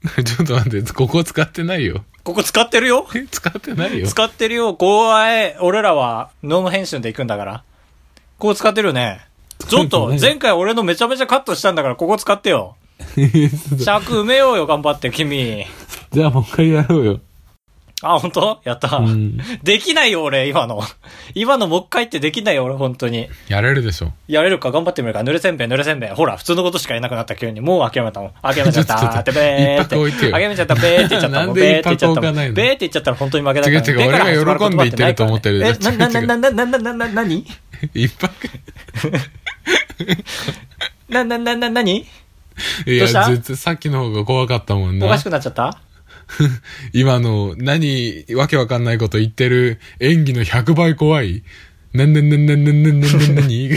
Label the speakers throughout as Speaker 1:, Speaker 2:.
Speaker 1: ちょっと待って、ここ使ってないよ。
Speaker 2: ここ使ってるよ
Speaker 1: え使ってないよ。
Speaker 2: 使ってるよ。こうあえ、俺らは、ノーム編集で行くんだから。ここ使ってるよね。 ちょ っと、前回俺のめちゃめちゃカットしたんだから、ここ使ってよ。尺埋めようよ、頑張って、君。
Speaker 1: じゃあもう一回やろうよ。
Speaker 2: あ、本当やった。
Speaker 1: うん。
Speaker 2: できないよ、俺、今の。今のもう一回ってできないよ、俺、本当に。
Speaker 1: やれるでしょ。
Speaker 2: やれるか頑張ってみるか。濡れせんべい、濡れせんべい。ほら、普通のことしか言えなくなった急に。もう諦めたもん。諦めちゃ っ
Speaker 1: ちょっとちょ
Speaker 2: た。
Speaker 1: っと
Speaker 2: てべーって。
Speaker 1: 一泊置いてよ
Speaker 2: 諦めちゃった。べーって言っちゃったも ん。
Speaker 1: なん
Speaker 2: べー
Speaker 1: で
Speaker 2: って言っちゃ
Speaker 1: 一泊
Speaker 2: った
Speaker 1: 置
Speaker 2: も
Speaker 1: か
Speaker 2: ん。
Speaker 1: ないの
Speaker 2: べーって言っちゃったら本当に負けだから。
Speaker 1: 違う違う
Speaker 2: べーから
Speaker 1: 俺が喜んで言ってると思ってる
Speaker 2: え、な、な、な、な、な、な、な、な、な、な、に
Speaker 1: 一泊。
Speaker 2: な、な、な、な、なに
Speaker 1: い
Speaker 2: どうした
Speaker 1: や、ずさっきの方が怖かったもん
Speaker 2: お
Speaker 1: な
Speaker 2: かし。くなっちゃった
Speaker 1: 今の、何、わけわかんないこと言ってる演技の100倍怖い。なんなんなんなんなんなんなんなんな に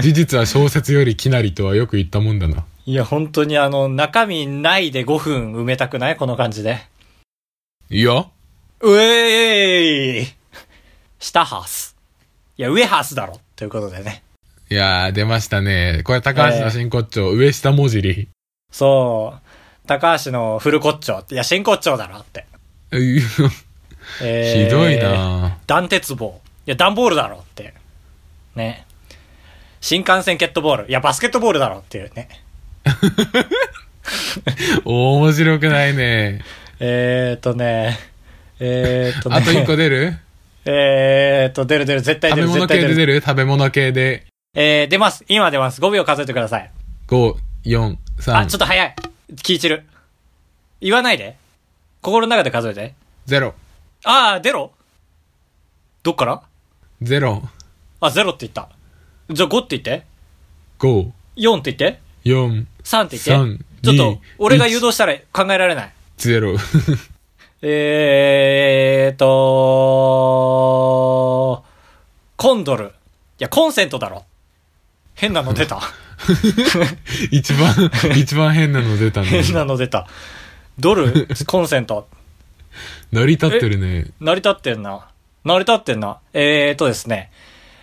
Speaker 1: 事実は小説よりきなりとはよく言ったもんだな。
Speaker 2: いや、本当にあの、中身ないで5分埋めたくないこの感じで。
Speaker 1: いや
Speaker 2: うえーい下ハース。いや、上ハースだろ。ということでね。
Speaker 1: いやー、出ましたね。これ高橋の真骨頂、上下文字り。
Speaker 2: そう。高橋のフル骨頂って、いや、真骨頂だなって。
Speaker 1: ひ
Speaker 2: えー
Speaker 1: どい。な
Speaker 2: 断鉄棒。いや、段ボールだろって。ね。新幹線ケットボール。いや、バスケットボールだろっていうね。
Speaker 1: 面白くないね。
Speaker 2: えーとね。えーとね。
Speaker 1: あと一個出る
Speaker 2: えーと、出る出る、絶対
Speaker 1: 食
Speaker 2: 出
Speaker 1: べ
Speaker 2: る、
Speaker 1: 物系
Speaker 2: 絶対
Speaker 1: で
Speaker 2: 出る。
Speaker 1: 出る食べ物系で。
Speaker 2: えー、出ます。今出ます。5秒数えてください。
Speaker 1: 5、4、
Speaker 2: あ、ちょっ
Speaker 1: 3、
Speaker 2: と早い。聞いてる。言わないで。心の中で数えて。
Speaker 1: 0、
Speaker 2: あー、出ろ。どっから
Speaker 1: 0、
Speaker 2: あ、ゼロって言った。じゃあ5って言って。
Speaker 1: 5、
Speaker 2: 4って言って。
Speaker 1: 4、
Speaker 2: 3って言って
Speaker 1: 三。
Speaker 2: ちょっと
Speaker 1: 二、
Speaker 2: 俺が誘導したら考えられない。
Speaker 1: 0。
Speaker 2: えーと、コンドル。いや、コンセントだろ。変なの 出た。
Speaker 1: 一 番、一番変なの出たね。
Speaker 2: 変なの出た。ドル、コンセント。
Speaker 1: 成り立ってるね。
Speaker 2: 成り立ってんな。成り立ってんな。えーとですね。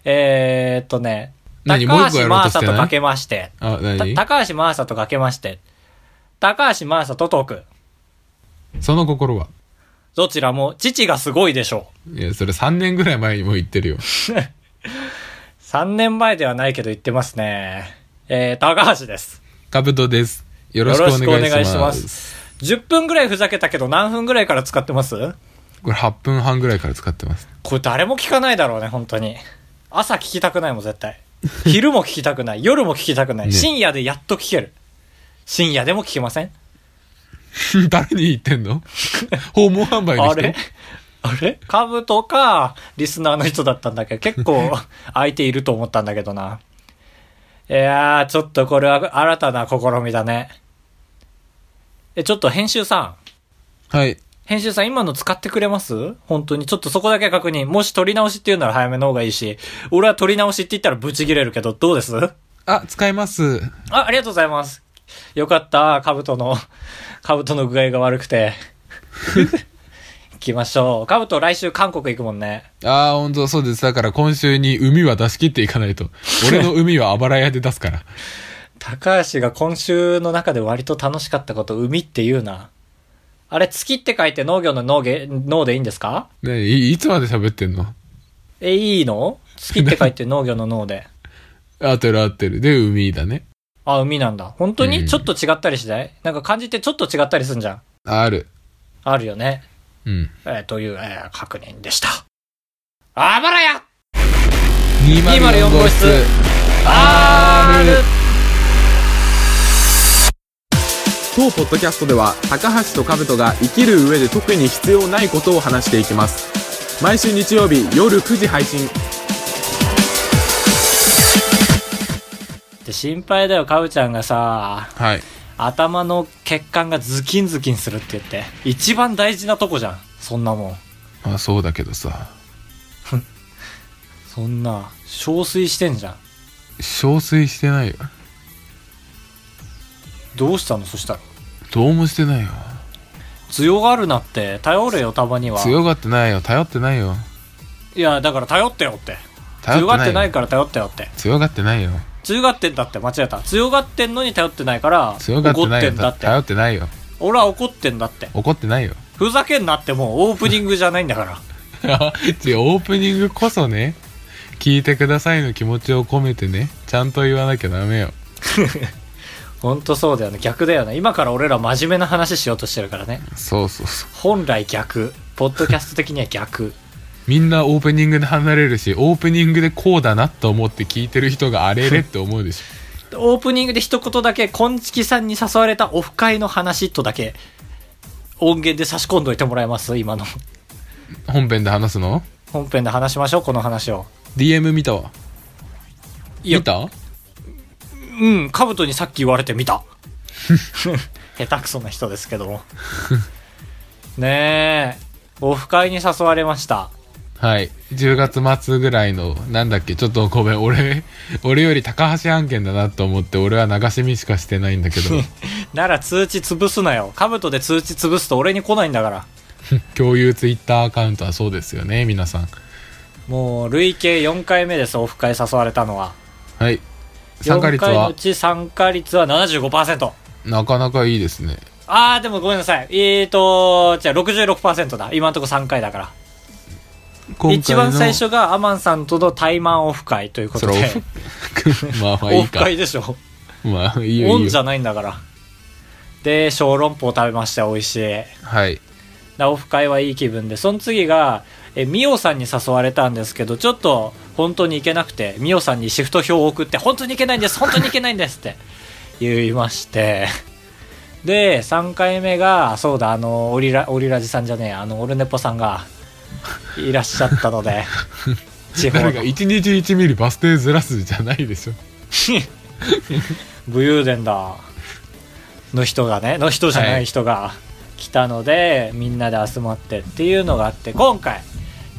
Speaker 2: えーとね。
Speaker 1: 何もう
Speaker 2: 高
Speaker 1: 一個や
Speaker 2: 橋
Speaker 1: ろう
Speaker 2: マ
Speaker 1: と
Speaker 2: ー
Speaker 1: して
Speaker 2: サ
Speaker 1: ない
Speaker 2: とかけまして。
Speaker 1: あ、なに
Speaker 2: た高橋マーサとかけまして。高橋マーサとトーク。
Speaker 1: その心は
Speaker 2: どちらも父がすごいでしょう。
Speaker 1: いや、それ3年ぐらい前にも言ってるよ。
Speaker 2: 3年前ではないけど言ってますね。えー、高橋です。
Speaker 1: カブトです。よろ
Speaker 2: よ
Speaker 1: しくお
Speaker 2: ろしくお
Speaker 1: 願い
Speaker 2: 願い
Speaker 1: し
Speaker 2: し
Speaker 1: ま。
Speaker 2: ますす。10分ぐらいふざけたけど何分ぐらいから使ってます
Speaker 1: これ8分半ぐらいから使ってます。
Speaker 2: これ誰も聞かないだろうね、本当に。朝聞きたくないもん、絶対。 昼も聞きたくない。夜も聞きたくない。
Speaker 1: ね
Speaker 2: 深夜でやっと聞ける。深夜でも聞けません
Speaker 1: 誰に言ってん の訪問販売の人
Speaker 2: あれ あれカブとか、リスナーの人だったんだけど、結 構空いていると思ったんだけどな。いやー、ちょっとこれは新たな試みだね。え、ちょっと編集さん。
Speaker 1: はい。
Speaker 2: 編集さん、今の使ってくれます本当に。ちょっとそこだけ確認。もし撮り直しって言うなら早めの方がいいし、俺は撮り直しって言ったらブチ切れるけど、どうです
Speaker 1: あ、使います。
Speaker 2: あ、ありがとうございます。よかった、カブトの、 カブトの具合が悪くて。 行きましょう。カブト来週韓国行くもんね。
Speaker 1: ああ、本当そうです。だから今週に海は出し切っていかないと。 俺の海はあばら屋で出すから。
Speaker 2: 高橋が今週の中で割と楽しかったこと、海って言うな。あれ、月って書いて農業の農芸、農でいいんですか
Speaker 1: ねいいつまで喋ってんの
Speaker 2: え、いいの月って書いて農業の農で。
Speaker 1: 合ってる合ってる。で、海だね。
Speaker 2: あ、海なんだ。本当
Speaker 1: うん
Speaker 2: にちょっと違ったりしないなんか漢字ってちょっと違ったりすんじゃん。
Speaker 1: ある。
Speaker 2: あるよね。
Speaker 1: うん。
Speaker 2: えーという、えー確認でした。あばらや
Speaker 1: 204
Speaker 2: 204
Speaker 1: 号
Speaker 2: 号
Speaker 1: 室
Speaker 2: 室。
Speaker 1: R
Speaker 2: R!
Speaker 3: 当ポッドキャストでは高橋と兜が生きる上で特に必要ないことを話していきます毎週日曜日夜9時配信
Speaker 2: って心配だよ、かぶちゃんがさ、
Speaker 1: はい。
Speaker 2: 頭の血管がズキンズキンするって言って。一番大事なとこじゃん。そんなもん。
Speaker 1: まあそうだけどさ。
Speaker 2: そんな、憔悴してんじゃん。
Speaker 1: 憔悴してないよ。
Speaker 2: どうしたのそしたら。
Speaker 1: どうもしてないよ。
Speaker 2: 強がるなって、頼れよ、たまには。
Speaker 1: 強がってないよ。頼ってないよ。
Speaker 2: いや、だから頼ってよって。
Speaker 1: 頼
Speaker 2: 強がってない
Speaker 1: よ。
Speaker 2: から頼ってよって。
Speaker 1: 強がってないよ。
Speaker 2: ち強がってんだって、間違えた。強がってんのに頼ってないから、
Speaker 1: 強がってない
Speaker 2: 怒
Speaker 1: よ
Speaker 2: ってんだって。
Speaker 1: 頼ってないよ
Speaker 2: 俺は怒ってんだって。
Speaker 1: 怒ってないよ
Speaker 2: ふざけんなってもうオープニングじゃないんだから。
Speaker 1: 違うオープニングこそね聞いてくださいの気持ちを込めてねちゃんと言わなきゃダメよ
Speaker 2: ほんとそうだよね。逆だよね。今から俺ら真面目な話しようとしてるからね。
Speaker 1: そうそうそう
Speaker 2: 本来逆。ポッドキャスト的には逆。
Speaker 1: みんなオープニングで離れるしオープニングでこうだなと思って聞いてる人があれれって思うでし ょ
Speaker 2: オープニングで一言だけ、こんちきさんに誘われたオフ会の話とだけ、音源で差し込んどいてもらえます今の。
Speaker 1: 本編で話すの
Speaker 2: 本編で話しましょう、この話を。
Speaker 1: DM 見たわ
Speaker 2: いや
Speaker 1: 見た
Speaker 2: うん、カブトにさっき言われてみた。 下手くそな人ですけども。 ねえ、オフ会に誘われました。
Speaker 1: はい10月末ぐらいのなんだっけちょっとごめん俺俺より高橋案件だなと思って俺は流し見しかしてないんだけど
Speaker 2: なら通知潰すなよ。カブトで通知潰すと俺に来ないんだから。
Speaker 1: 共有ツイッターアカウントはそうですよね皆さん
Speaker 2: もう、累計4回目です、オフ会誘われたのは。
Speaker 1: はい参加率
Speaker 2: 4回のう
Speaker 1: は
Speaker 2: ち参加率は75%。
Speaker 1: なかなかいいですね
Speaker 2: あー、でもごめんなさい。えーと、じゃあ66%だ。今のとこ3回だから。
Speaker 1: 今回の
Speaker 2: 一番最初がアマンさんとの対マンオフ会というこ
Speaker 1: そ
Speaker 2: と
Speaker 1: れ
Speaker 2: で。
Speaker 1: オフ まあまあい
Speaker 2: オ
Speaker 1: い
Speaker 2: フ
Speaker 1: か
Speaker 2: 会でしょ。
Speaker 1: まあいいよ
Speaker 2: オ
Speaker 1: いい
Speaker 2: ンじ
Speaker 1: よ
Speaker 2: ゃないんだから。で、小籠包食べました、美味しい。
Speaker 1: はい
Speaker 2: なオフ会はいい気分で、その次が、え、ミオさんに誘われたんですけど、ちょっと本当に行けなくて、ミオさんにシフト表を送って、本当に行けないんです、本当に行けないんですって言いまして。で、3回目が、そうだ、あの、オリラ、オリラジさんじゃねえ、あの、オルネポさんが、いらっしゃったので、地方
Speaker 1: 誰
Speaker 2: の
Speaker 1: か1日1ミリバス停ずらすじゃないでしょ
Speaker 2: 武勇伝だの人がねの人じゃない人が来たので、みんなで集まってっていうのがあって今回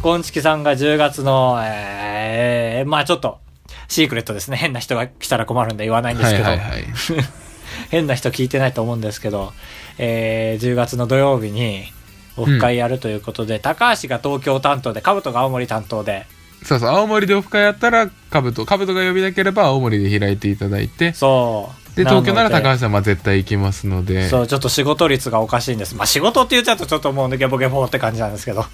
Speaker 2: ゴンチキさんが10月のえー、まあちょっとシークレットですね変な人が来たら困るんで言わないんで
Speaker 1: は
Speaker 2: すけ
Speaker 1: い
Speaker 2: ど、
Speaker 1: はいはい
Speaker 2: 変な人聞いてないと思うんですけど、えー、10月の土曜日にオフ会やるということで、高橋が東京担当で兜が青森担当で
Speaker 1: そうそう青森でオフ会やったらカブトカブトが呼びなければ青森で開いていただいて
Speaker 2: そう
Speaker 1: で東京なら
Speaker 2: ので
Speaker 1: 高橋さんは絶対行きますので
Speaker 2: そう、ちょっと仕事率がおかしいんです。まあ、仕事って言っちゃうとちょっともうね、ゲボゲボって感じなんです けど。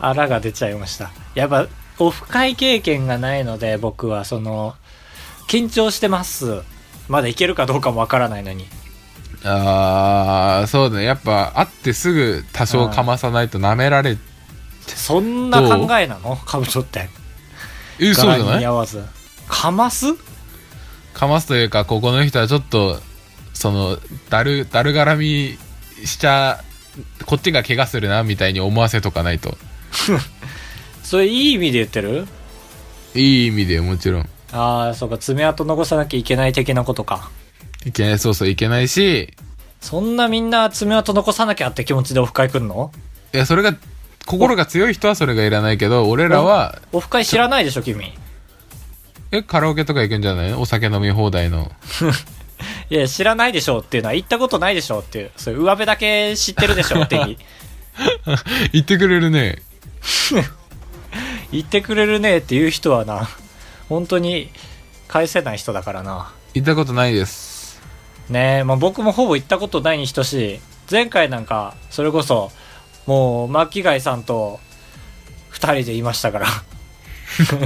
Speaker 2: あらが出ちゃいました。やっぱ、オフ会経験がないので、僕は、その、緊張してます。まだいけるかどうかもわからないのに。
Speaker 1: ああそうだねやっぱ会ってすぐ多少かまさないと舐められ
Speaker 2: そんな考えなのカブトって。
Speaker 1: えそうじゃ
Speaker 2: 柄
Speaker 1: な
Speaker 2: に
Speaker 1: い
Speaker 2: 合わず。かます
Speaker 1: かますというかここの人はちょっとそのだるだるがらみしちゃこっちが怪我するなみたいに思わせとかないと
Speaker 2: それいい意味で言ってる
Speaker 1: いい意味でもちろん
Speaker 2: ああ、そうか、爪痕残さなきゃいけない的なことか。
Speaker 1: いけないそうそういけないし
Speaker 2: そんなみんな爪痕残さなきゃって気持ちでオフ会来んの
Speaker 1: いやそれが心が強い人はそれがいらないけど俺らは
Speaker 2: オフ会知らないでしょ、君。
Speaker 1: えカラオケとか行くんじゃないお酒飲み放題の
Speaker 2: いや、知らないでしょうっていうのは、行ったことないでしょうっていう、そういう上辺だけ知ってるでしょうって意味
Speaker 1: 言ってくれるね
Speaker 2: 言ってくれるねっていう人はな、本当に返せない人だからな。
Speaker 1: 行ったことないです
Speaker 2: ねえ、まあ、僕もほぼ行ったことないに等しい。前回なんか、それこそ、もう、巻貝さんと、二人でいましたから。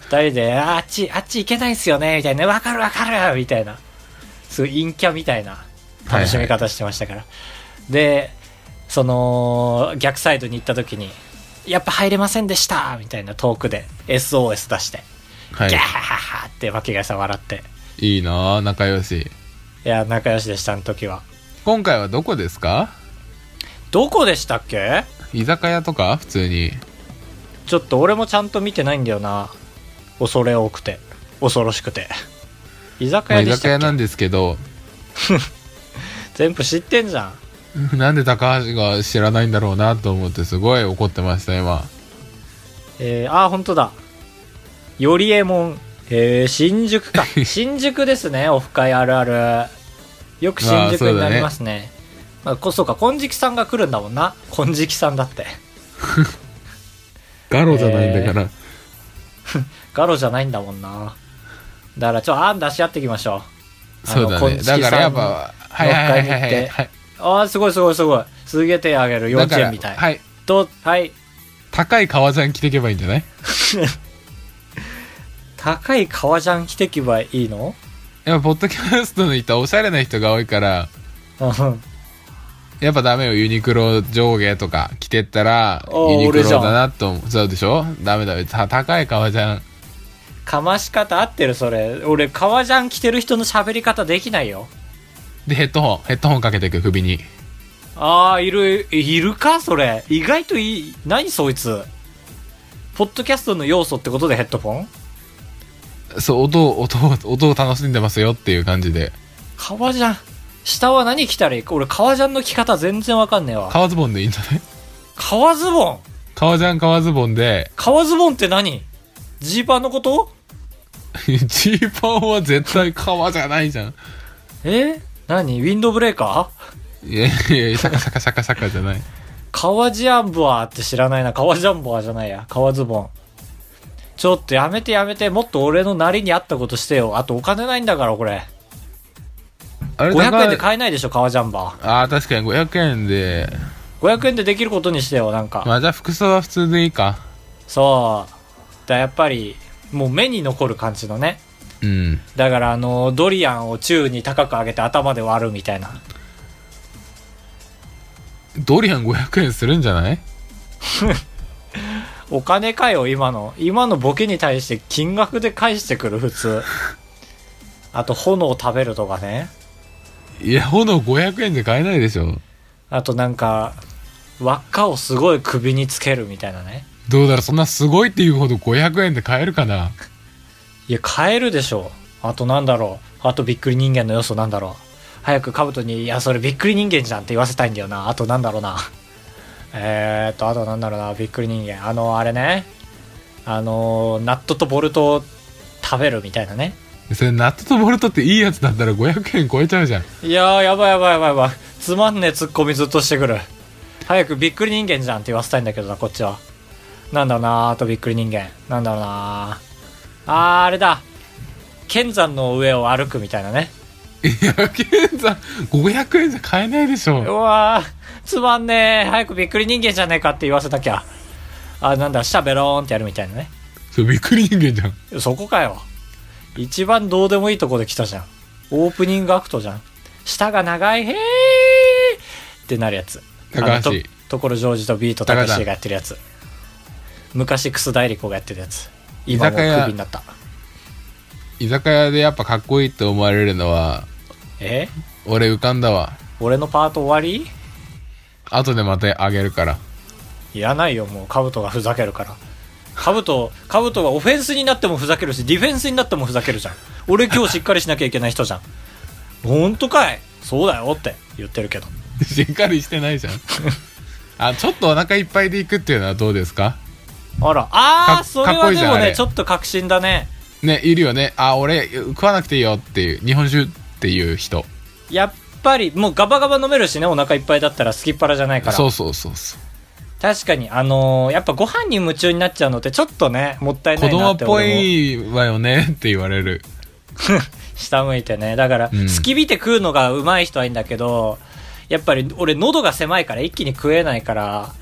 Speaker 2: 二人で、ああっち、あっち行けないっすよね、みたいな、わかるわかるみたいな。すごい陰キャみたいな楽しみ方してましたから。で、その、逆サイドに行った時に、やっぱ入れませんでしたみたいなトークで SOS 出して、
Speaker 1: は
Speaker 2: ギャハハハって巻貝さん笑って。
Speaker 1: いいいなあ仲良し
Speaker 2: いや、仲良しでした、あの時は。
Speaker 1: 今回はどこですか
Speaker 2: どこでしたっけ
Speaker 1: 居酒屋とか普通に
Speaker 2: ちょっと俺もちゃんと見てないんだよな恐れ多くて恐ろしくて居酒
Speaker 1: まあ
Speaker 2: 屋
Speaker 1: 居
Speaker 2: でし
Speaker 1: 酒
Speaker 2: た
Speaker 1: 屋
Speaker 2: っけ、
Speaker 1: なんですけど
Speaker 2: 全部知ってんじゃん
Speaker 1: なんで高橋が知らないんだろうなと思ってすごい怒ってました今
Speaker 2: えー、あー本当だよりえもんえー、新 宿か新宿ですねオフ会あるあるよく新宿になりますねまあ、こそうか金色さんが来るんだもんな金色さんだって
Speaker 1: ガロじゃないんだから、
Speaker 2: ガロじゃないんだもんな。だから、ちょ、案出し合っていきましょう。
Speaker 1: そうだね。だからやっぱ、はいはいはいはいはい。
Speaker 2: あの、あーすごいすごいすごい。すげえ手あげる。幼
Speaker 1: だ
Speaker 2: 稚
Speaker 1: から
Speaker 2: 園みたい。
Speaker 1: はい。
Speaker 2: と、はい。
Speaker 1: 高い革ジャン着ていけばいいんじゃない
Speaker 2: 高い革ジャン着てけばいいの
Speaker 1: やっぱ、ポッドキャストのいたおしゃれな人が多いから、
Speaker 2: うん
Speaker 1: やっぱダメよ、ユニクロ上下とか着てったら、
Speaker 2: おー
Speaker 1: ユニク
Speaker 2: 俺
Speaker 1: ロ
Speaker 2: じゃん
Speaker 1: だなと思う。そうでしょダメダメ。た高い革ジャン。
Speaker 2: かまし方合ってる、それ。俺、革ジャン着てる人の喋り方できないよ。
Speaker 1: で、ヘッドホン。ヘッドホンかけていく、首に。
Speaker 2: ああ、いる、いるかそれ。意外といい。何そいつ。ポッドキャストの要素ってことでヘッドフォン
Speaker 1: そう、音を、音を、音を楽しんでますよっていう感じで。
Speaker 2: 革ジャン。下は何着たらいいか俺、革ジャンの着方全然わかんねえわ。
Speaker 1: 革ズボンでいいんじゃ ない
Speaker 2: 革ズボン
Speaker 1: 革ジャン、革ズボンで、
Speaker 2: 革ズボンって何ジーパンのこと
Speaker 1: ジーパンは絶対革じゃないじゃん。
Speaker 2: え何ウィンドブレーカー
Speaker 1: いやいやいや、シャカシャカシャカシャカじゃない。
Speaker 2: 革ジャンボアーって知らないな。革ジャンボアーじゃないや。革ズボン。ちょっとやめてやめて。もっと俺のなりに合ったことしてよ。あとお金ないんだから、これ。
Speaker 1: あれ
Speaker 2: 500円
Speaker 1: 高
Speaker 2: で
Speaker 1: い
Speaker 2: 買えないでしょ、革ジャンバ
Speaker 1: あー、確かに500円で。
Speaker 2: ー。500円でできることにしてよ、なんか。
Speaker 1: まあじゃあ服装は普通でいいか。
Speaker 2: そう。だやっぱり、もう目に残る感じのね。
Speaker 1: うん。
Speaker 2: だから、あの、ドリアンを宙に高く上げて頭で割るみたいな。
Speaker 1: ドリアン500円するんじゃない
Speaker 2: お金かよ、今の。今のボケに対して金額で返してくる、普通。あと、炎を食べるとかね。
Speaker 1: いや、炎500円で買えないでしょ。
Speaker 2: あとなんか、輪っかをすごい首につけるみたいなね。
Speaker 1: どうだろう、そんなすごいっていうほど500円で買えるかない
Speaker 2: や、買えるでしょ。あとなんだろう。あとびっくり人間の要素なんだろう。早くカブトに、いや、それびっくり人間じゃんって言わせたいんだよな。あとなんだろうな。 えーっと、あとなんだろうな。びっくり人間。あの、あれね。あの、ナットとボルトを食べるみたいなね。
Speaker 1: それナットとボルトっていいやつだったら500円超えちゃうじゃん。
Speaker 2: いやー、やばいやばいやばいやばい。つまんねえツッコミずっとしてくる。早くびっくり人間じゃんって言わせたいんだけどな、こっちは。なんだろうなー、あとびっくり人間。なんだろうなー。あー、あれだ。剣山の上を歩くみたいなね。
Speaker 1: いや、現在500円じゃ買えないでし
Speaker 2: う
Speaker 1: ょ。
Speaker 2: わー、つまんねえ。早くびっくり人間じゃねえかって言わせなきゃ。あー、なんだ、下ベローンってやるみたいなね。
Speaker 1: そう、びっくり人間じゃん。
Speaker 2: そこかよ。一番どうでもいいとこで来たじゃん。オープニングアクトじゃん。舌が長い、へーってなるやつ。
Speaker 1: 高橋
Speaker 2: あのとところジョージとビートたけしがやってるやつ。昔、楠田絵理子がやってるやつ。今
Speaker 1: 居
Speaker 2: も
Speaker 1: 酒
Speaker 2: う
Speaker 1: 屋
Speaker 2: クビになった。
Speaker 1: 居酒屋でやっぱかっこいいって思われるのは、
Speaker 2: え
Speaker 1: 俺浮かんだわ。
Speaker 2: 俺のパート終わり
Speaker 1: 後でまたあげるから。
Speaker 2: いらないよ、もう。カブトがふざけるから。カブト、カブトがオフェンスになってもふざけるし、ディフェンスになってもふざけるじゃん。俺今日しっかりしなきゃいけない人じゃん。ほんとかいそうだよって言ってるけど。
Speaker 1: しっかりしてないじゃん。あ、ちょっとお腹いっぱいで行くっていうのはどうですか
Speaker 2: あら、あー、
Speaker 1: か
Speaker 2: それ
Speaker 1: かっ
Speaker 2: は
Speaker 1: こいい
Speaker 2: で
Speaker 1: じゃん
Speaker 2: も
Speaker 1: あ
Speaker 2: ね、
Speaker 1: れ
Speaker 2: ちょっと確信だね。
Speaker 1: ね、いるよね。あ、俺食わなくていいよっていう、日本酒っていう人。
Speaker 2: やっぱり、もうガバガバ飲めるしね、お腹いっぱいだったら好きっ腹じゃないから。
Speaker 1: そうそうそうそう。
Speaker 2: 確かに、あのーやっぱご飯に夢中になっちゃうのってちょっとね、もったいな
Speaker 1: 子
Speaker 2: いな
Speaker 1: 供
Speaker 2: っ
Speaker 1: ってぽ
Speaker 2: 俺も
Speaker 1: いわよねって言われる。
Speaker 2: 下向いてね。だから、
Speaker 1: うん
Speaker 2: 好きびて食うのがうまい人はいいんだけど、やっぱり俺喉が狭いから一気に食えないから、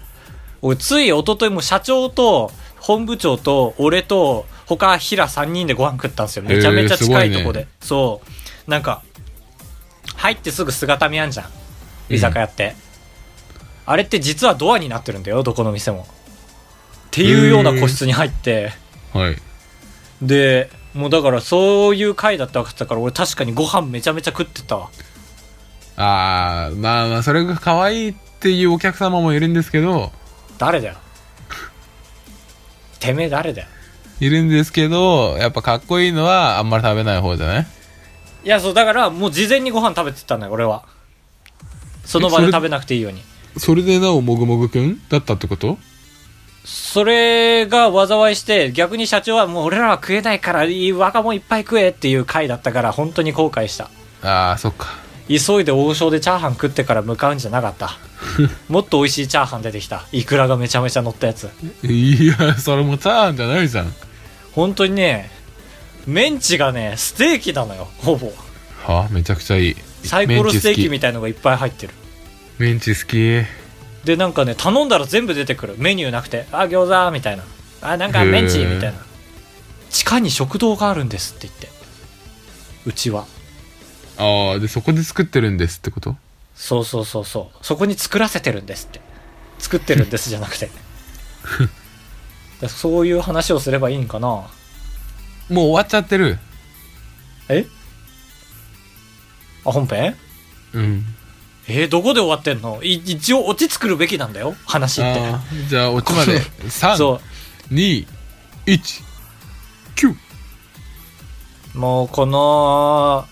Speaker 2: 俺つい一昨日も社長と本部長と俺と他平3人でご飯食ったんですよ。めちゃめちゃ近いとこで。
Speaker 1: へーすごいね
Speaker 2: そう。なんか、入ってすぐ姿見あんじゃん。居酒屋って。あれって実はドアになってるんだよ、どこの店も。っていうような個室に入って、
Speaker 1: はい。
Speaker 2: で、もうだからそういう回だって分かってたから、俺確かにご飯めちゃめちゃ食ってたわ。
Speaker 1: あー、まあまあ、それが可愛いっていうお客様もいるんですけど、
Speaker 2: 誰だよ。てめえ誰だよ。
Speaker 1: いるんですけど、やっぱかっこいいのはあんまり食べない方じゃない
Speaker 2: いや、そう、だからもう事前にご飯食べてたんだよ、俺は。その場で食べなくていいように。
Speaker 1: それでなおもぐもぐくんだったってこと
Speaker 2: それが災いして、逆に社長はもう俺らは食えないから、いい若者いっぱい食えっていう回だったから、本当に後悔した。
Speaker 1: あー、そっか。
Speaker 2: 急いで王将でチャーハン食ってから向かうんじゃなかった。もっと美味しいチャーハン出てきた。イクラがめちゃめちゃ乗ったやつ。
Speaker 1: いや、それもチャーハンじゃないじゃん。
Speaker 2: 本当にね、メンチがね、ステーキなのよ、ほぼ。
Speaker 1: はあめちゃくちゃいい
Speaker 2: サイコロステ
Speaker 1: メン
Speaker 2: ーキ
Speaker 1: チ好き
Speaker 2: みたいのがいっぱい入ってる。
Speaker 1: メンチ好き
Speaker 2: で、なんかね、頼んだら全部出てくる。メニューなくて、あ、餃子みたいな。あ、なんか
Speaker 1: へー
Speaker 2: メンチみたいな。地下に食堂があるんですって言って。うちは。
Speaker 1: ああでそこで作ってるんですってこと
Speaker 2: そうそうそうそう。そこに作らせてるんですって。作ってるんですじゃなく て。だそういう話をすればいいんかな。
Speaker 1: もう終わっちゃってる
Speaker 2: えあ、本編
Speaker 1: うん
Speaker 2: えーどこで終わってんのい一応オチ作るべきなんだよ話って
Speaker 1: あーじゃあオチまで
Speaker 2: そ
Speaker 1: 321キュ
Speaker 2: うもうこの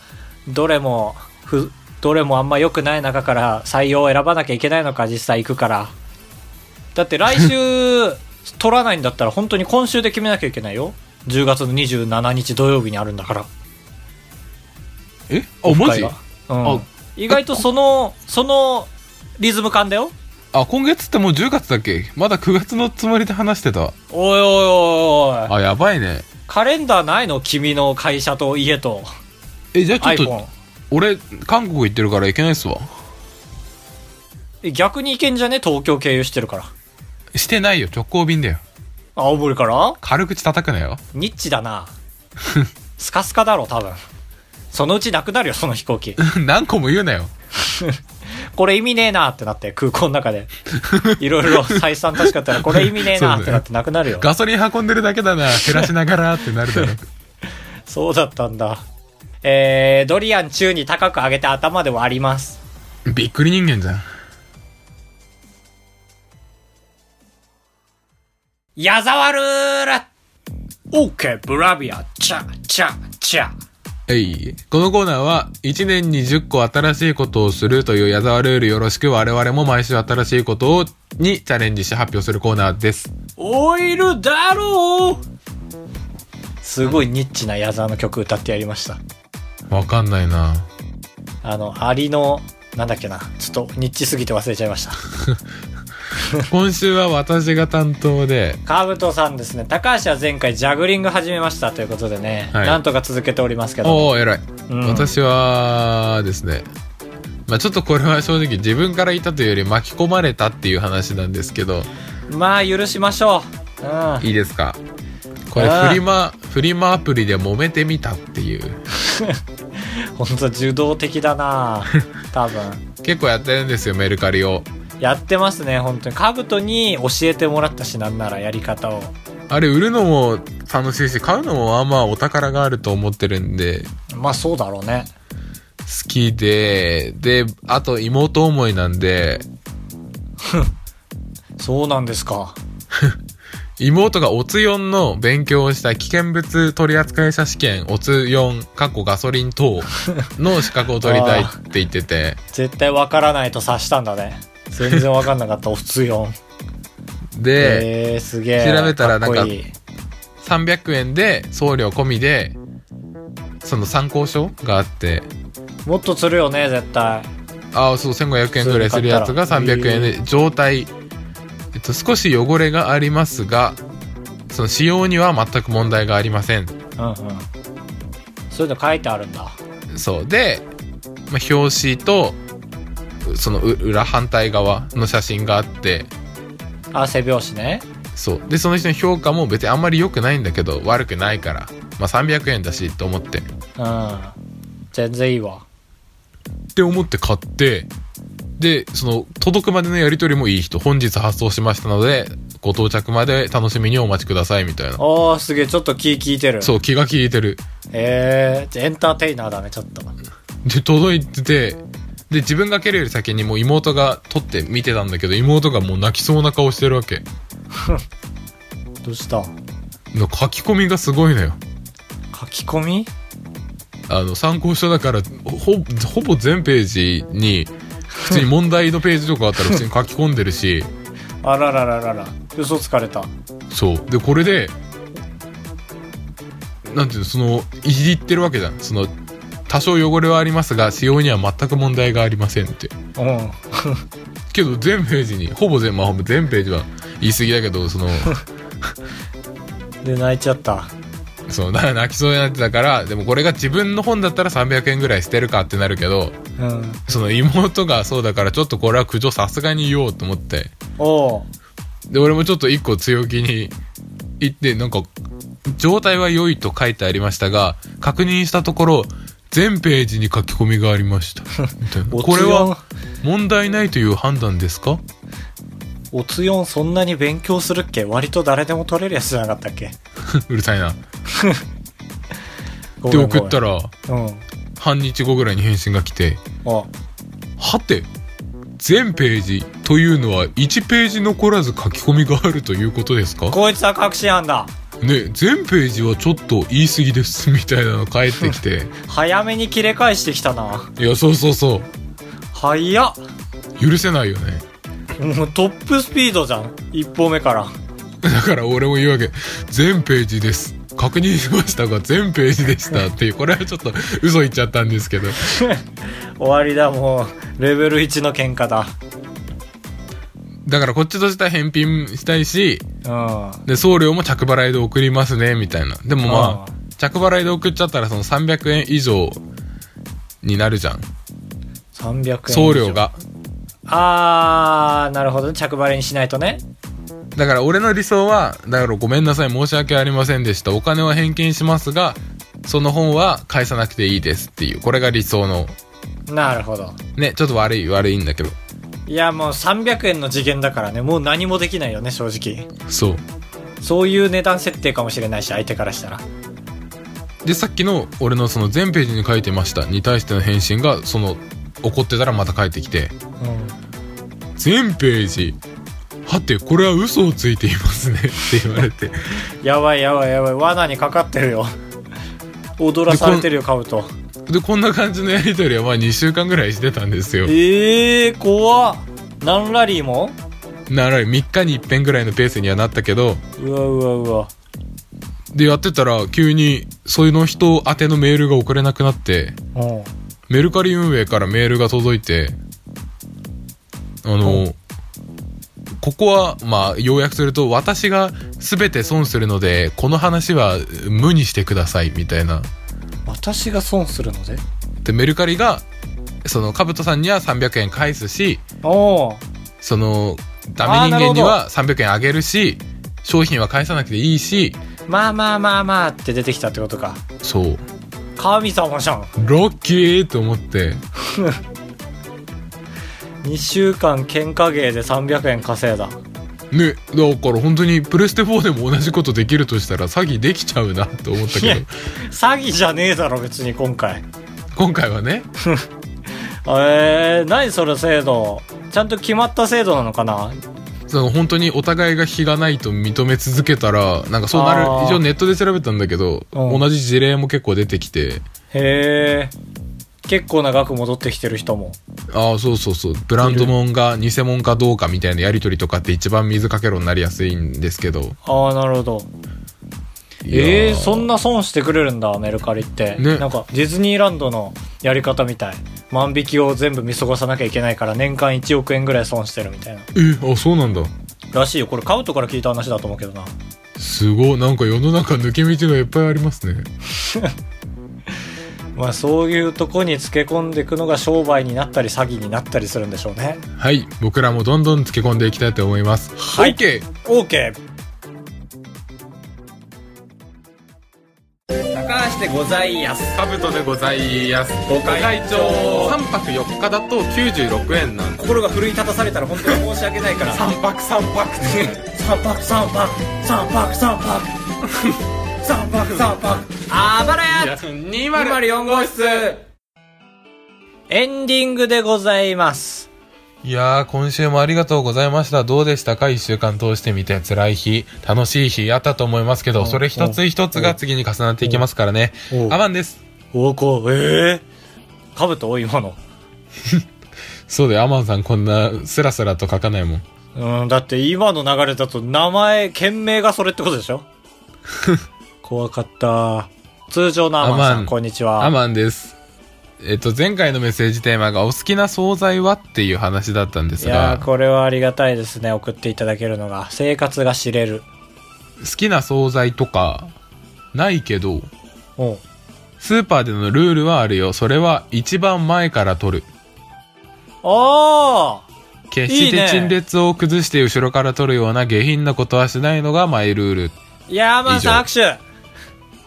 Speaker 2: どれもふどれもあんま良くない中から採用を選ばなきゃいけないのか実際行くからだって来週 取らないんだったら本当に今週で決めなきゃいけないよ10月の27日土曜日にあるんだから
Speaker 1: えあマジ
Speaker 2: オフ会が、うん
Speaker 1: あ、
Speaker 2: 意外とそのそのリズム感だよ
Speaker 1: あ今月ってもう10月だっけまだ9月のつもりで話してた
Speaker 2: おいおいおいおい
Speaker 1: あやばいね
Speaker 2: カレンダーないの君の会社と家と
Speaker 1: えじゃあちょっ
Speaker 2: iPhone
Speaker 1: と俺韓国行ってるから行けないっすわ
Speaker 2: 逆に行けんじゃね東京経由してるから。
Speaker 1: してないよ直行便だよ
Speaker 2: 青森から
Speaker 1: 軽口叩くなよ
Speaker 2: ニッチだな。スカスカだろ、多分。そのうちなくなるよ、その飛行機。
Speaker 1: 何個も言うなよ
Speaker 2: これ意味ねえなってなって、空港の中で。いろいろ採算確かったら、これ意味ねえなってなってなくなるよ。
Speaker 1: ガソリン運んでるだけだな減らしながらってなる だろ
Speaker 2: そうだったんだ。えー、ドリアン中に高く上げて頭で割ります。
Speaker 1: びっくり人間じゃん
Speaker 2: 矢沢ルールオーケー、ブラビア、チャ、チャ、チャ。
Speaker 1: はい。このコーナーは、1年に10個新しいことをするという矢沢ルールよろしく、我々も毎週新しいことを、にチャレンジして発表するコーナーです。
Speaker 2: オイルだろうすごいニッチな矢沢の曲歌ってやりました
Speaker 1: わかんないな
Speaker 2: あのアリのなんだっけなちょっとニッチすぎて忘れちゃいました
Speaker 1: 今週は私が担当で、
Speaker 2: カブトさんですね高橋は前回ジャグリング始めましたということでね、
Speaker 1: はい
Speaker 2: なんとか続けておりますけど
Speaker 1: おー、偉い。
Speaker 2: うん
Speaker 1: 私はですね、まあちょっとこれは正直自分から言ったというより巻き込まれたっていう話なんですけど、
Speaker 2: まあ許しましょううん
Speaker 1: いいですかこれ
Speaker 2: あー
Speaker 1: フリマ、フリマアプリで揉めてみたっていう。
Speaker 2: 本当受動的だ な多分
Speaker 1: 結構やってるんですよ、メルカリを。
Speaker 2: やってますね本当にカブトに教えてもらったしなんならやり方を
Speaker 1: あれ売るのも楽しいし買うのもまあまあお宝があると思ってるんで
Speaker 2: まあそうだろうね
Speaker 1: 好きでであと妹思いなんで
Speaker 2: そうなんですか
Speaker 1: 妹がおつ4の勉強をした危険物取扱者試験おつ4かっこガソリン等の資格を取りたいって言ってて
Speaker 2: 絶対わからないと察したんだね全然わかんなかったお普通4
Speaker 1: で、
Speaker 2: えー、すげえ
Speaker 1: 調べたらなんか
Speaker 2: っこいい
Speaker 1: 300円で送料込みでその参考書があって
Speaker 2: もっとするよね絶対
Speaker 1: ああそう1500円ぐらいするやつが
Speaker 2: 普通に買った
Speaker 1: 300
Speaker 2: ら
Speaker 1: 円で状態、えっと、少し汚れがありますがその使用には全く問題がありません
Speaker 2: うんうんそういうの書いてあるんだ
Speaker 1: そうで、まあ、表紙とそのう裏反対側の写真があって
Speaker 2: あ背拍子ね
Speaker 1: そうでその人の評価も別にあんまり良くないんだけど悪くないから、まあ、300円だしと思ってっ
Speaker 2: うん全然いいわ
Speaker 1: て思って買ってでその届くまでのやり取りもいい人本日発送しましたのでご到着まで楽しみにお待ちくださいみたいな
Speaker 2: おーすげえちょっと気利いてる
Speaker 1: そう、気が利いてる。
Speaker 2: えー、エンターテイナーだねちょっと
Speaker 1: で、届いてて、で、自分が蹴るより先にもう妹が撮って見てたんだけど、妹がもう泣きそうな顔してるわけ。
Speaker 2: どうした
Speaker 1: の書き込みがすごいのよ。
Speaker 2: 書き込み
Speaker 1: あの、参考書だから、ほ、ほぼ全ページに、普通に問題のページとかあったら普 通に書き込んでるし、
Speaker 2: あららららら嘘つかれた
Speaker 1: そう。で、これで、なんていうの、その、いじってるわけじゃん。その、多少汚れはありますが、使用には全く問題がありませんって。
Speaker 2: うん
Speaker 1: けど全ページにほぼ全,、まあ、ほぼ全ページは言い過ぎだけどその
Speaker 2: で泣いちゃった
Speaker 1: そうだから泣きそうになってたからでもこれが自分の本だったら300円ぐらい捨てるかってなるけど
Speaker 2: うん。
Speaker 1: その妹がそうだからちょっとこれは苦情さすがに言おうと思って
Speaker 2: おう。
Speaker 1: で俺もちょっと一個強気に言ってなんか状態は良いと書いてありましたが確認したところ全ページに書き込みがありましたみ たいな
Speaker 2: お
Speaker 1: これ
Speaker 2: 強
Speaker 1: は問題ないという判断ですか
Speaker 2: おつよんそんなに勉強するっけ割と誰でも取れるやつじゃなかったっけ
Speaker 1: うるさいな。
Speaker 2: ご
Speaker 1: で
Speaker 2: めんごめん
Speaker 1: 送ったら、
Speaker 2: うん。
Speaker 1: 半日後ぐらいに返信が来て、
Speaker 2: お
Speaker 1: はて、全ページというのは1ページ残らず書き込みがあるということですか
Speaker 2: こいつは確信犯だ。
Speaker 1: ね、全ページはちょっと言い過ぎですみたいなの返ってき て、
Speaker 2: 早めに切れ返してきたな。
Speaker 1: いや、そうそうそ
Speaker 2: 早っ。
Speaker 1: う、許せないよね。
Speaker 2: もうトップスピードじゃん。一歩目から。
Speaker 1: だから俺も言うわけ、全ページです。確認しましたが、全ページでしたっていう、これはちょっと嘘言っちゃったんですけど。
Speaker 2: 終わりだ、もう。レベル1の喧嘩だ。
Speaker 1: だからこっちとしては返品したいし、
Speaker 2: うん。
Speaker 1: で送料も着払いで送りますねみたいなでもまあ
Speaker 2: あ
Speaker 1: 着払いで送っちゃったらその300円以上になるじゃん
Speaker 2: 300円。
Speaker 1: 送料。が
Speaker 2: あー、なるほどね。着払いにしないとね。
Speaker 1: だから俺の理想はだからごめんなさい申し訳ありませんでしたお金は返金しますがその本は返さなくていいですっていうこれが理想の
Speaker 2: なるほど。
Speaker 1: ねちょっと悪い悪いんだけど
Speaker 2: いや、もう300円の次元だからね。もう何もできないよね、正直。
Speaker 1: そう
Speaker 2: そういう値段設定かもしれないし、相手からしたら。
Speaker 1: でさっきの俺のその全ページに書いてましたに対しての返信がその怒ってたらまた返ってきて
Speaker 2: うん。
Speaker 1: 全ページはてこれは嘘をついていますね って言われて
Speaker 2: やばいやばいやばい罠にかかって るよ踊らされてるよカブト
Speaker 1: でこんな感じのやり取りはまあ2週間ぐらいしてたんですよ
Speaker 2: ええー、怖っ何ラリーも
Speaker 1: なら3日に1遍ぐらいのペースにはなったけど
Speaker 2: うわうわうわ
Speaker 1: でやってたら急にそういうの人宛てのメールが送れなくなって
Speaker 2: うん
Speaker 1: メルカリ運営からメールが届いてあのここはまあ要約すると私が全て損するのでこの話は無にしてくださいみたいな
Speaker 2: 私が損するので
Speaker 1: でメルカリがそのカブトさんには300円返すし
Speaker 2: おお
Speaker 1: そのダメ人間には300円あげるし商品は返さなくていいし
Speaker 2: まあまあまあまあって出てきたってことか
Speaker 1: そう
Speaker 2: 神様じゃん
Speaker 1: ロッキーと思って
Speaker 2: 2週間喧嘩芸で300円稼いだ
Speaker 1: ねだから本当にプレステ4でも同じことできるとしたら詐欺できちゃうなと思った
Speaker 2: いや
Speaker 1: けど
Speaker 2: 詐欺じゃねえだろ別に今回
Speaker 1: 今回はね
Speaker 2: えー、何それ制度ちゃんと決まった制度なのかな
Speaker 1: その本当にお互いが非がないと認め続けたらなんかそうなる
Speaker 2: あー
Speaker 1: 一応ネットで調べたんだけど
Speaker 2: うん
Speaker 1: 同じ事例も結構出てきて
Speaker 2: へえ結構長く戻ってきてる人も
Speaker 1: ああそうそうそうブランドもんが偽物かどうかみたいなやり取りとかって一番水かけろになりやすいんですけど
Speaker 2: ああなるほど
Speaker 1: いやー
Speaker 2: えー、そんな損してくれるんだメルカリって、
Speaker 1: ね
Speaker 2: なんかディズニーランドのやり方みたい万引きを全部見過ごさなきゃいけないから年間1億円ぐらい損してるみたいな
Speaker 1: えあそうなんだ
Speaker 2: らしいよこれカウトから聞いた話だと思うけどな
Speaker 1: すごいなんか世の中抜け道がいっぱいありますね
Speaker 2: まあそういうとこにつけ込んでいくのが商売になったり詐欺になったりするんでしょうね
Speaker 1: はい僕らもどんどんつけ込んでいきたいと思います
Speaker 2: はい
Speaker 1: OK
Speaker 2: OK
Speaker 4: 高橋でございやす。
Speaker 3: カブトでございます
Speaker 4: ご会長
Speaker 3: 3泊4日だと96円なんで
Speaker 4: 心が奮い立たされたら本当に申し訳ないから。三泊三泊って。
Speaker 2: 3泊3泊3泊3泊3泊3泊
Speaker 4: あばらや
Speaker 3: 204
Speaker 4: !204 号室
Speaker 2: エンディングでございます
Speaker 1: いやー今週もありがとうございましたどうでしたか1週間通してみて辛い日楽しい日あったと思いますけどそれ一つ一つが次に重なっていきますからね
Speaker 2: お
Speaker 1: アマンです
Speaker 2: おおこうええー、かぶと多いもの
Speaker 1: そうだよアマンさんこんなスラスラと書かないもん
Speaker 2: うん、だって今の流れだと名前、県名がそれってことで しょ怖かった。通常のアマン
Speaker 1: ア
Speaker 2: さ
Speaker 1: マン
Speaker 2: ん、こんにちは。
Speaker 1: アマンですえっと前回のメッセージテーマが「お好きな惣菜は?」っていう話だったんで
Speaker 2: い
Speaker 1: す
Speaker 2: や
Speaker 1: が
Speaker 2: ー、
Speaker 1: 好
Speaker 2: これはありがたいですね。送っていただけるのが。生活が知れる。
Speaker 1: きな惣菜とかないけど、
Speaker 2: おう
Speaker 1: スーパーでのルールはあるよ。それは一番前から取る。
Speaker 2: ああ
Speaker 1: 決し
Speaker 2: いい
Speaker 1: て
Speaker 2: ね
Speaker 1: 陳列を崩して後ろから取るような下品なことはしないのがマイルール。
Speaker 2: ヤーマンさん握手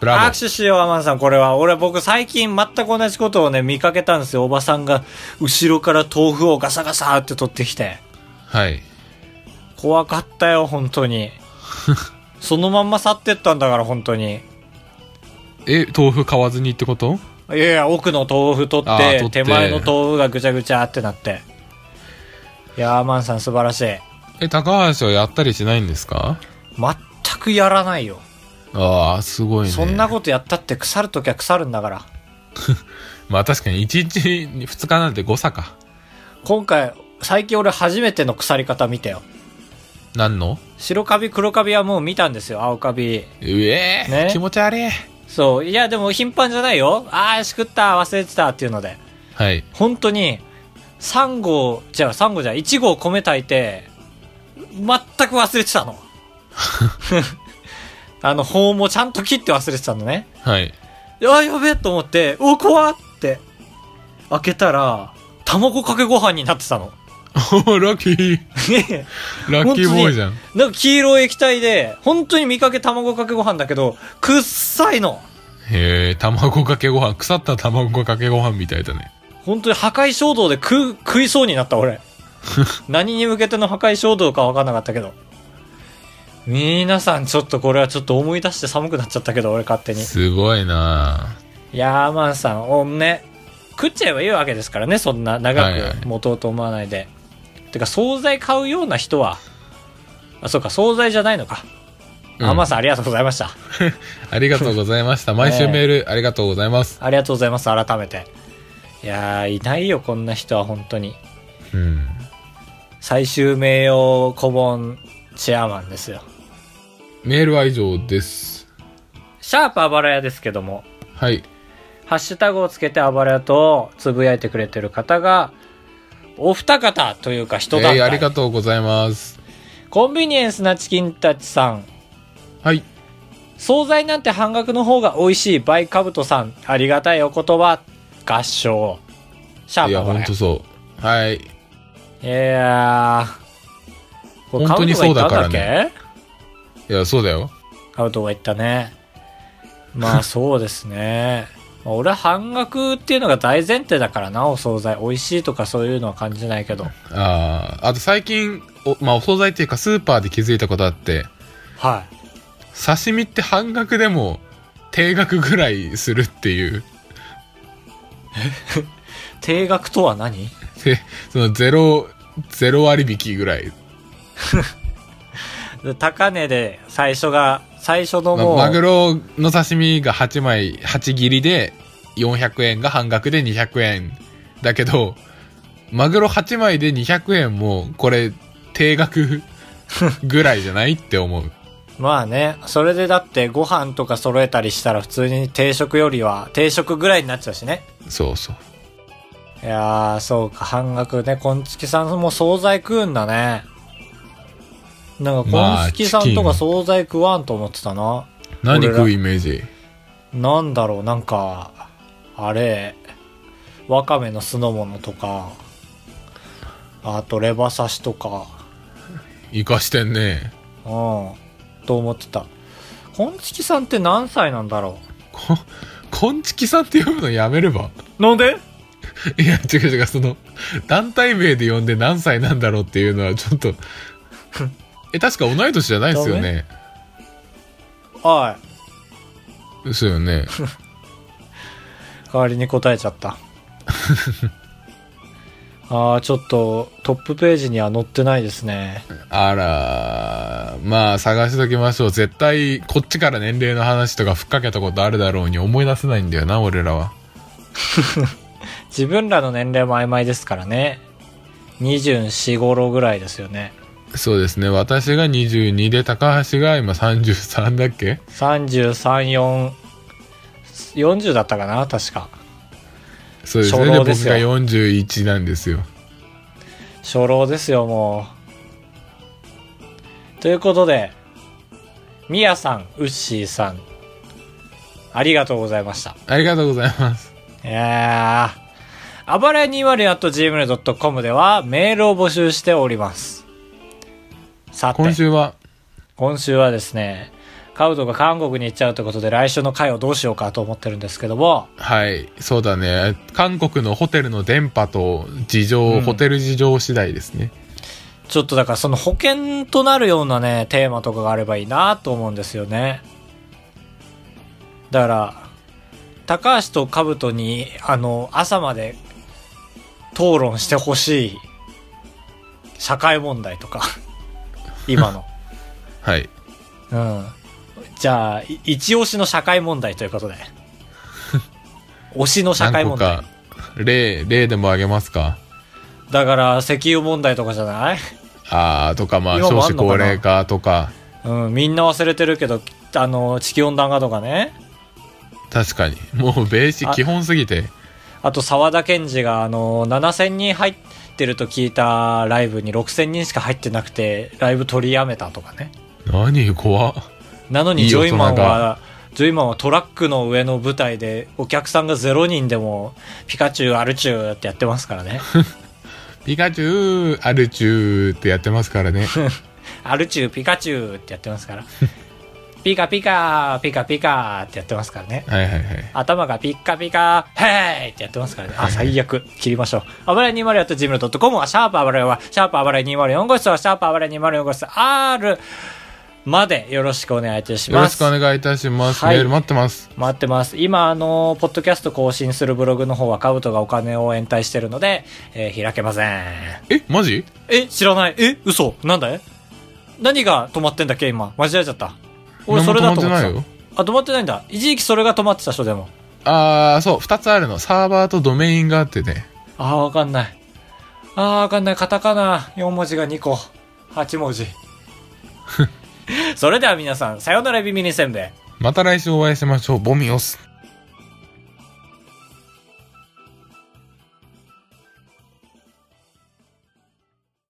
Speaker 1: ブラボ
Speaker 2: 握手しよう、アマンさん、これは。俺、僕、最近、全く同じことをね、見かけたんですよ。おばさんが、後ろから豆腐をガサガサって取ってきて。
Speaker 1: ー。はい。
Speaker 2: 怖かったよ、本当に。 そのまんま去ってったんだから、本当に。
Speaker 1: え、豆腐買わずにってこと
Speaker 2: いやいや、奥の豆腐取っ
Speaker 1: あ
Speaker 2: て、
Speaker 1: ー取って
Speaker 2: 手前の豆腐がぐちゃぐちゃってなって。いやー、アマンさん、素晴らしい。
Speaker 1: え、高橋はやったりしないんですか
Speaker 2: 全くやらないよ。
Speaker 1: ああ、すごいね。
Speaker 2: そんなことやったって、腐るときは腐るんだから。
Speaker 1: まあ確かに1日に2日なんて誤差か。
Speaker 2: 今回、最近俺、初めての腐り方見たよ。
Speaker 1: なんの
Speaker 2: 白カビ、黒カビはもう見たんですよ、青カビ。
Speaker 1: うえー、
Speaker 2: ね
Speaker 1: 気持ち悪い。
Speaker 2: そう。いや、でも頻繁じゃないよ。あー、しくった、忘れてたっていうので。
Speaker 1: はい。
Speaker 2: 本当に、3号、じゃあ3号じゃない、1号米炊いて、全く忘れてたの。 あの、法もちゃんと切って忘れてたのね。
Speaker 1: はい。
Speaker 2: あー、やべえと思って、お、怖っって、開けたら、卵かけご飯になってたの。
Speaker 1: おーラッキー。
Speaker 2: ね
Speaker 1: ラッキーボーイじゃん。
Speaker 2: えなんか黄色い液体で、本当に見かけ卵かけご飯だけど、くっさいの。
Speaker 1: へえ、卵かけご飯。腐った卵かけご飯みたいだね。
Speaker 2: 本当に破壊衝動で食う食いそうになった 俺何に向けての破壊衝動か分かんなかったけど皆さんちょっとこれはちょっと思い出して寒くなっちゃったけど俺勝手に
Speaker 1: すごいな
Speaker 2: ヤーマンさんおんね食っちゃえばいいわけですからねそんな
Speaker 1: はいは
Speaker 2: 長
Speaker 1: い
Speaker 2: く持とうと思わないで、てか惣菜買うような人はあそうか惣菜じゃないのか、
Speaker 1: うん
Speaker 2: アーマンさんありがとうございました
Speaker 1: ありがとうございました。毎週メールありがとうございます。
Speaker 2: ありがとうございます改めていやーいないよこんな人は本当に
Speaker 1: うん。
Speaker 2: 最終名誉顧問チェアマンですよ。
Speaker 1: メールは以上です。
Speaker 2: シャープあばらやですけども、
Speaker 1: はい。
Speaker 2: ハッシュタグをつけてあばらやとつぶやいてくれてる方が、お二方というか
Speaker 1: え
Speaker 2: 人だっ
Speaker 1: ー、あ
Speaker 2: た
Speaker 1: りがとうございます。
Speaker 2: コンビニエンスなチキンたちさん、
Speaker 1: はい。
Speaker 2: 惣菜なんて半額の方が美味しいバイカブトさん、ありがたいお言葉、合唱。シ
Speaker 1: い
Speaker 2: ャープ
Speaker 1: や、
Speaker 2: あば
Speaker 1: ほ
Speaker 2: ら
Speaker 1: ん
Speaker 2: や
Speaker 1: と。そう。はい。
Speaker 2: いやー、これ
Speaker 1: 本当にそうだからね
Speaker 2: カブトが言ったんだっけ
Speaker 1: いや、そうだよ。
Speaker 2: アウトが言ったね。まあそうですね。 まあ俺は半額っていうのが大前提だからな、お惣菜。美味しいとかそういうのは感じないけど。
Speaker 1: ああ、あと最近、お、まあ、お惣菜っていうかスーパーで気づいたことあって、
Speaker 2: は
Speaker 1: 刺身って半額でも定額ぐらいするっていう。
Speaker 2: い。定額とは何
Speaker 1: で、そのゼロ、ゼロ割引ぐらい。
Speaker 2: 高値で最初が、最初の
Speaker 1: ま
Speaker 2: もう、
Speaker 1: マグロの刺身が8枚、8切りで400円が半額で200円。だけど、マグロ8枚で200円も、これ、定 額ぐらいじゃないって思う。
Speaker 2: まあね、それでだってご飯とか揃えたりしたら普通に定食よりは、定食ぐらいになっちゃうしね。
Speaker 1: そうそう。
Speaker 2: いやー、そうか、半額ね。こんつきさんも惣菜食うんだね。なんか、こんつきさんと
Speaker 1: ま
Speaker 2: か
Speaker 1: あチ
Speaker 2: 惣菜食わんと思ってたな。
Speaker 1: 何
Speaker 2: 俺ら
Speaker 1: 食うイメージ
Speaker 2: なんだろう、なんか、あれ、わかめの酢の物とか、あとレバ刺しとか、
Speaker 1: 生かしてんね。
Speaker 2: うん、と思ってた。こんちきさんって何歳なんだろ
Speaker 1: こ、こんちきさんって呼ぶのやめれば。
Speaker 2: うなんで
Speaker 1: いや、違う違う、その、団体名で呼んで何歳なんだろうっていうのはちょっ と、え、確か同い年じゃないですよね。
Speaker 2: は
Speaker 1: ですよね。
Speaker 2: い、代わりに答えちゃ った。あー、ちょっと、トップページには載ってないですね。
Speaker 1: あらー、まあ探しときましょう。絶対、こっちから年齢の話とかふっかけたことあるだろうに思い出せないんだよな、俺らは。
Speaker 2: 自分らの年齢も曖昧ですからね。24、5、6ぐらいですよね。
Speaker 1: そうですね。私が22で、高橋が今33だっけ
Speaker 2: 33、4、40だったかな確か。
Speaker 1: そうです
Speaker 2: 初
Speaker 1: ね。
Speaker 2: 老
Speaker 1: で、僕
Speaker 2: ですよ
Speaker 1: が41なんですよ。
Speaker 2: 初老ですよ、もう。ということで、みやさん、うっしーさん、ありがとうございました。
Speaker 1: ありがとうございます。
Speaker 2: いやー、あばれ 204.gmail.com ではメールを募集しております。さて、
Speaker 1: 今週は、
Speaker 2: 今週はですね、カウトが韓国に行っちゃうということで来週の回をどうしようかと思ってるんですけども、
Speaker 1: はい、そうだね。韓国のホテルの電波と事情、ホテル事情次第ですね。
Speaker 2: ちょっとだからその保険となるようなね、テーマとかがあればいいなと思うんですよね。だから、高橋と兜に、あの、朝まで討論してほしい社会問題とか、今の。
Speaker 1: はい。
Speaker 2: うん。じゃあ、い一押しの社会問題ということで。推しの社
Speaker 1: 何
Speaker 2: 会
Speaker 1: 個
Speaker 2: 問題
Speaker 1: か。、例、例でもあげますか
Speaker 2: だから、石油問題とかじゃない
Speaker 1: あーとか、まあ、
Speaker 2: 今も
Speaker 1: 少
Speaker 2: あ
Speaker 1: 子
Speaker 2: んのかな
Speaker 1: 高齢化とか、
Speaker 2: うん、みんな忘れてるけど、あの、地球温暖化とかね。
Speaker 1: 確かに。 もう、ベーシ
Speaker 2: あ
Speaker 1: 基本すぎて。
Speaker 2: あと沢田研二があの7000人入ってると聞いたライブに6000人しか入ってなくてライブ取りやめたとかね
Speaker 1: 何怖っ
Speaker 2: なの
Speaker 1: い
Speaker 2: に
Speaker 1: い
Speaker 2: ジョイマ
Speaker 1: 大
Speaker 2: ン
Speaker 1: 人
Speaker 2: はジョイマンはトラックの上の舞台でお客さんが0人でもピカチュウアルチュウってやってま すからね
Speaker 1: ピカチュウ、アルチュウってやってますから ね。
Speaker 2: アルチュウピカチュウってやってますからピカピカピカピカってやってますからね
Speaker 1: はいはいはい。
Speaker 2: 頭がピッカピカ、ヘーイってやってますからね。あ、最悪。切りましょう。あばれ 204.gmail.com は、シャープあばれは、シャープあばれ204号室は、シャープあばれ204号室 R までよろしくお願いいたし
Speaker 1: よ
Speaker 2: ま
Speaker 1: ろし
Speaker 2: す。
Speaker 1: くお願いいたします。
Speaker 2: はい
Speaker 1: メール待ってます。
Speaker 2: 待ってます。今、あの、ポッドキャスト更新するブログの方は、カブトがお金を延滞してるので、えー開けません。
Speaker 1: え、マジ
Speaker 2: え、知らない。え、嘘なんだい何が止まってんだっけ今。間違えちゃった。俺、それだと思ってた。
Speaker 1: 何も止まってないよ。
Speaker 2: あ、止まってないんだ。一時期それが止まってた人でも。
Speaker 1: あー、そう、二つあるの。サーバーとドメインがあってね。
Speaker 2: ああ、わかんない。ああ、わかんない。カタカナ4文字が2個。8文字。それでは皆さん、さよならビミニせんべい。
Speaker 1: また来週お会いしましょう。ボミオス。